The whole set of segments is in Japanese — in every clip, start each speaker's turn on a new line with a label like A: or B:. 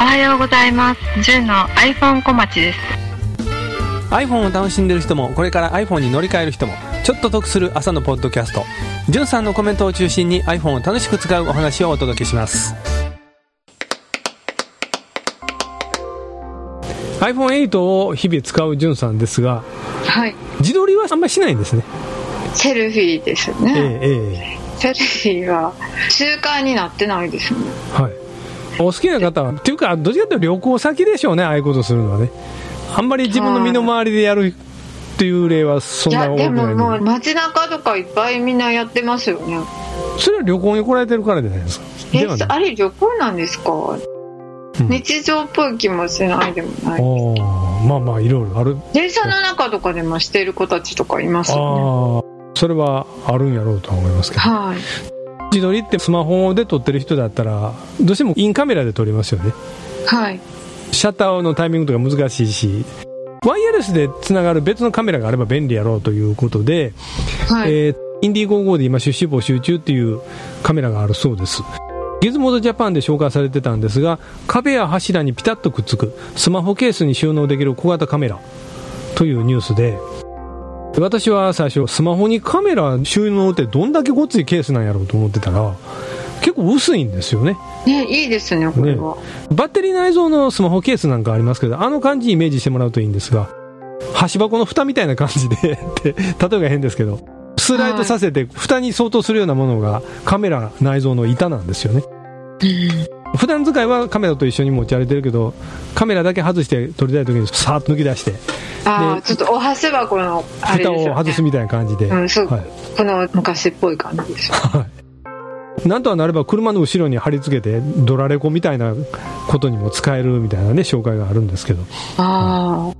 A: おはようございます。10の iPhone 小町です。
B: iPhone を楽しんでる人もこれから iPhone に乗り換える人もちょっと得する朝のポッドキャストじゅんさんのコメントを中心に iPhone を楽しく使うお話をお届けします
C: iPhone8 を日々使うじゅんさんですが
D: はい。
C: 自撮りはあんまりしないんですね
D: セルフィーです
C: ええ
D: ね。
C: ええ
D: セルフィーは習慣になってないですね。
C: はいお好きな方はっていうかどっちかというと旅行先でしょうねああいうことするのはねあんまり自分の身の回りでやるっていう例はそ
D: い
C: んな
D: や、
C: 多く
D: でもも
C: な
D: う
C: い
D: 街中とかいっぱいみんなやってますよね。
C: それは旅行に来られてるからじゃないですか
D: え
C: では、ない
D: あれ旅行なんですか、
C: うん
D: 日常っぽい気もしないでもない。
C: おーまあまあいろいろある
D: 電車の中とかでもしている子たちとかいますよね。
C: ああそれはあるんやろうとは思いますけど
D: はい。
C: 自撮りってスマホで撮ってる人だったらどうしてもインカメラで撮りますよね
D: はい。
C: シャッターのタイミングとか難しいしワイヤレスでつながる別のカメラがあれば便利やろうということで、
D: はい。
C: えーインディー55で今出資募集中っていうカメラがあるそうですギズモードジャパンで紹介されてたんですが壁や柱にピタッとくっつくスマホケースに収納できる小型カメラというニュースで私は最初スマホにカメラ収納ってどんだけごっついケースなんやろうと思ってたら結構薄いんですよね
D: ね、いいですね、これは。
C: バッテリー内蔵のスマホケースなんかありますけど、あの感じイメージしてもらうといいんですが、箸箱の蓋みたいな感じで って、例えば変ですけど、スライドさせて、蓋に相当するようなものがカメラ内蔵の板なんですよね。普段使いはカメラと一緒に持ち歩いてるけど、カメラだけ外して撮りたい時にさーっと抜き出して、
D: あ
C: で
D: あ、ちょっとおはせ箱の、あれ
C: 蓋
D: で
C: を
D: すよ、
C: 外す
D: ね。
C: みたいな感じで。
D: うんそう
C: はい
D: この昔っぽい感じですよ。
C: はい、なんとはなれば車の後ろに貼り付けてドラレコみたいなことにも使えるみたいなね紹介があるんですけど
D: あ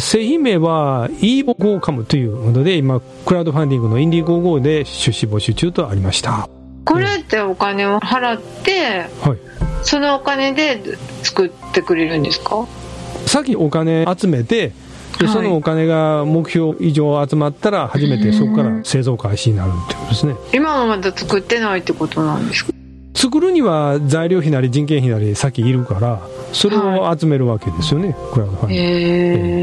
C: 製品名は e55cam というもので今クラウドファンディングのインディー55で出資募集中とありました
D: あ。これってお金を払って、
C: はい
D: そのお金で作ってくれるんですか
C: さっきお金集めてで
D: はい
C: そのお金が目標以上集まったら初めてそこから製造開始になるっていうことですね
D: 今はまだ作ってないってことなんですか
C: 作るには材料費なり人件費なり先いるからそれを集めるわけですよね、クラウドファンディ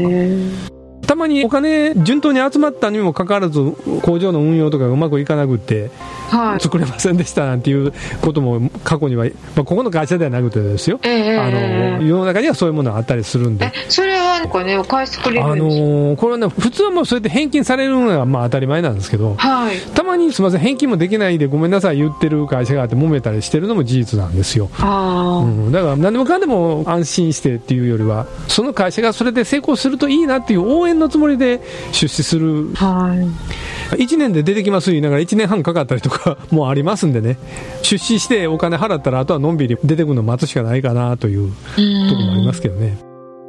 C: ング
D: へ
C: で
D: え
C: たまにお金順当に集まったにもかかわらず工場の運用とかがうまくいかなくって
D: はい
C: 作れませんでしたなんていうことも過去には、まあ、ここの会社ではなくてですよ、
D: ええ
C: あの世の中にはそういうものがあったりするん
D: え
C: で。
D: それはお金を返してくれる
C: あ
D: んです
C: のこれはね普通はもうそうやって返金されるのがまあ当たり前なんですけど
D: かはい
C: たまにすみません返金もできないでごめんなさい言ってる会社があって揉めたりしてるのも事実なんですよ、
D: ああ、
C: うん、だから何でもかんでも安心してっていうよりはその会社がそれで成功するといいなっていう応援のつもりで出資する
D: はい
C: 1年で出てきます言いながら1年半かかったりとか もありますんでね出資してお金払ったらあとはのんびり出てくるの待つしかないかなというところもありますけどね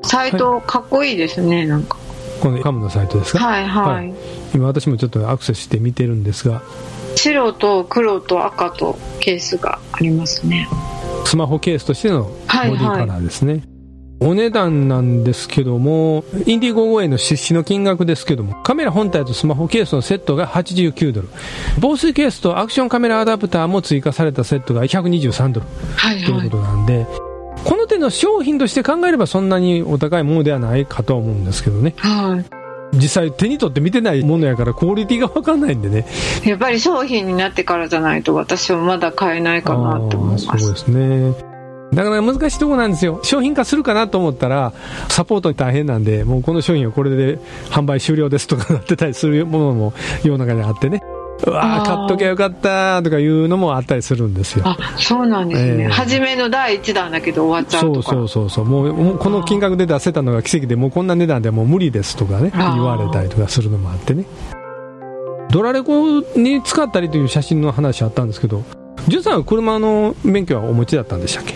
D: サイトかっこいいですねなんか
C: このカムのサイトですか
D: はいはい、
C: 今私もちょっとアクセスして見てるんですが
D: 白と黒と赤とケースがありますね
C: スマホケースとしてのボ
D: はい
C: ディカラーですね、お値段なんですけどもインディー55への出資の金額ですけどもカメラ本体とスマホケースのセットが89ドル防水ケースとアクションカメラアダプターも追加されたセットが123ドル
D: はい
C: とい
D: は
C: う
D: い
C: ことなんで、この手の商品として考えればそんなにお高いものではないかとは思うんですけどね
D: は
C: 実際手に取って見てないものやからクオリティが分かんないんでね
D: い、やっぱり商品になってからじゃないと私はまだ買えないかなと思い
C: あー
D: ます
C: そうですねだから難しいとこなんですよ商品化するかなと思ったらサポート大変なんでもうこの商品はこれで販売終了ですとかなってたりするものも世の中にあってねうわ
D: あ
C: ー
D: ー
C: 買っときゃよかったとかいうのもあったりするんですよ
D: あそうなんですね、
C: ええ
D: 初めの第1弾だけど終わっちゃう
C: そ
D: と
C: う
D: か
C: そうそうそうもうもうこの金額で出せたのが奇跡でもうこんな値段ではもう無理ですとかね
D: あー
C: 言われたりとかするのもあってねドラレコに使ったりという写真の話あったんですけどジュンさんは車の免許はお持ちだったんでしたっけ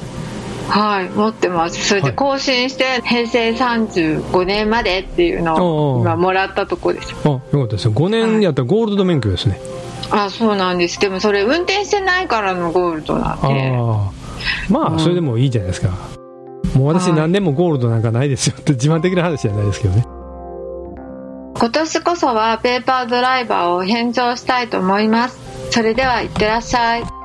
D: はい持ってますそれで
C: はい
D: 更新して、平成35年までっていうの
C: おうお
D: を
C: う
D: 今もらったとこです
C: あよかったですよ5年やったらゴールド免許ですね、
D: あそうなんですでもそれ運転してないからのゴールドなんで
C: ああま
D: う
C: あ
D: ん
C: それでもいいじゃないですかもう私
D: はい
C: 何年もゴールドなんかないですよって自慢的な話じゃないですけどね
D: 今年こそはペーパードライバーを返上したいと思いますそれではいってらっしゃい